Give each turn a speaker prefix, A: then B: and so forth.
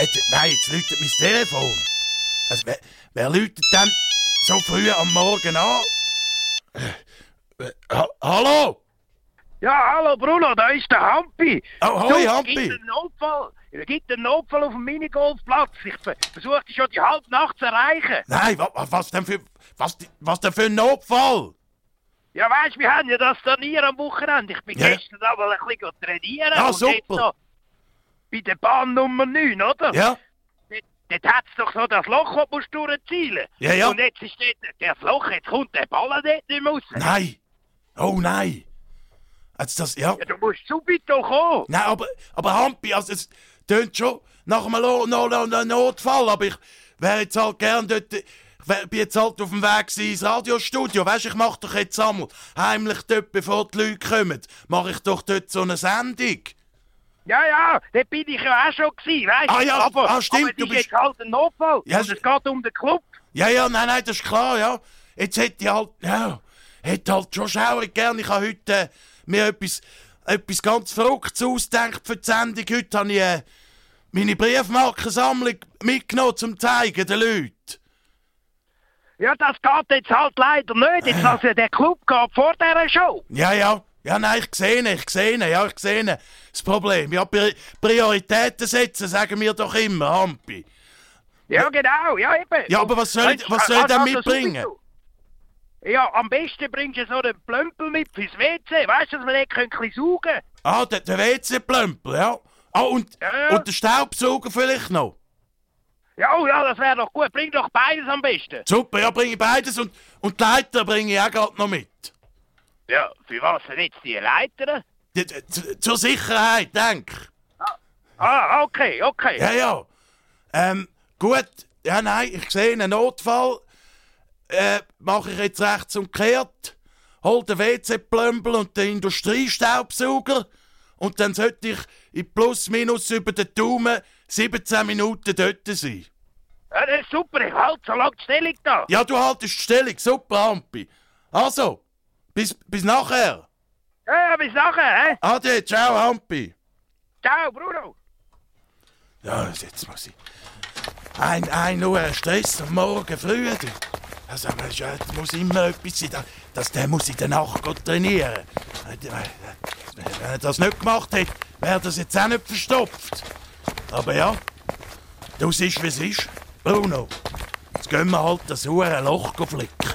A: jetzt läutet mein Telefon. Also, wer, wer läutet denn so früh am Morgen an? Äh, äh, ha- hallo?
B: Ja, hallo Bruno, da ist der Hampi.
A: Oh, hoi,
B: Du,
A: Hampi.
B: Es gibt einen Notfall. Es gibt einen Notfall auf dem Minigolfplatz. Ich ver- versuche dich schon die halb Nacht zu erreichen.
A: Nein, wa, wa- was denn für, was, di- was denn für ein Notfall?
B: Ja, weißt du, wir haben ja das Turnier am Wochenende. Ich bin
A: Ja.
B: gestern da mal ein bisschen trainieren.
A: Ja,
B: und
A: super.
B: jetzt noch Bei der Bahn Nummer 9, oder?
A: Ja?
B: Dort, dort hat's doch so das Loch, das musst du durchzielen.
A: Ja, ja.
B: Und jetzt ist dort das Loch, jetzt kommt der Ball dort nicht mehr raus.
A: Nein. Oh nein. Jetzt das, ja.
B: Ja, du musst subito kommen.
A: Nein, aber, aber Hampi, also es tönt schon nach einem Lo- Lo- Lo- Lo- Notfall, aber ich wäre jetzt halt gern dort, ich wär, bin jetzt halt auf dem Weg gewesen ins Radiostudio, weisst, ich mach doch jetzt einmal heimlich dort, bevor die Leute kommen, mache ich doch dort so eine Sendung.
B: Ja, ja, dort bin ich ja auch schon gewesen, weißt
A: Ah, ja,
B: aber,
A: ah, stimmt,
B: aber es
A: du
B: ist
A: bist-
B: jetzt halt ein Notfall.
A: Ja,
B: und
A: es-
B: es geht um den Club.
A: Ja, ja, nein, nein, das ist klar, ja. Jetzt hätte ich halt, ja, hätte halt schon schaurig gern. Ich habe heute äh, mir etwas, etwas ganz Verrücktes ausgedacht für die Sendung. Heute habe ich äh, meine Briefmarkensammlung mitgenommen, zum zeigen den Leuten.
B: Ja, das geht jetzt halt leider
A: Ah,
B: nicht. Jetzt also der Club geht vor dieser Show.
A: Ja, ja. Ja, nein, ich sehe ihn, ich sehe ihn, ja, ich sehe ihn. Das Problem, ja, Pri Prioritäten setzen, sagen wir doch immer, Hampi.
B: Ja, genau, ja eben.
A: Ja, aber was soll,
B: Mensch,
A: was soll ich denn
B: also,
A: mitbringen?
B: sowieso. Ja, am besten bringst du so einen Plömpel mit fürs WC. Weißt du, dass wir den können ein bisschen saugen können?
A: Ah, der, der WC-Plömpel, ja. Ah, und,
B: Ja, ja.
A: und der Staubsauger vielleicht noch.
B: Ja, oh ja, das wäre doch gut. Bring doch beides am besten.
A: Super, ja, bringe ich beides und, und die Leiter bringe ich auch gerade noch mit.
B: Ja, für was denn jetzt die Leitern?
A: Die- die- zu- Zur Sicherheit, denk.
B: Ah, okay, okay.
A: Ja, ja. Ähm, gut. Ja, nein, ich sehe einen Notfall. Äh, mache ich jetzt rechts umkehrt. Hol den WC-Plömpel und den Industriestaubsauger. Und dann sollte ich in plus minus über den Daumen 17 Minuten dort sein.
B: Ja, das ist super, ich halte so lange die Stellung da.
A: Ja, du haltest die Stellung. Super, Ampi. Also, bis, bis nachher.
B: Ja, ja, bis nachher, hä?
A: Ade, ciao, Ampi.
B: Ciao, Bruno.
A: Ja, jetzt muss ich. Ein, ein Uhr Stress am Morgen früh. du. Also, man ist ja- es muss immer etwas sein. da- Das, der muss in der Nacht gehen trainieren. Äh, äh, äh, Wenn er das nicht gemacht hätte, wäre das jetzt auch nicht verstopft. Aber ja, das ist, wie es ist. Bruno, jetzt gehen wir halt das Uhr Loch flicken.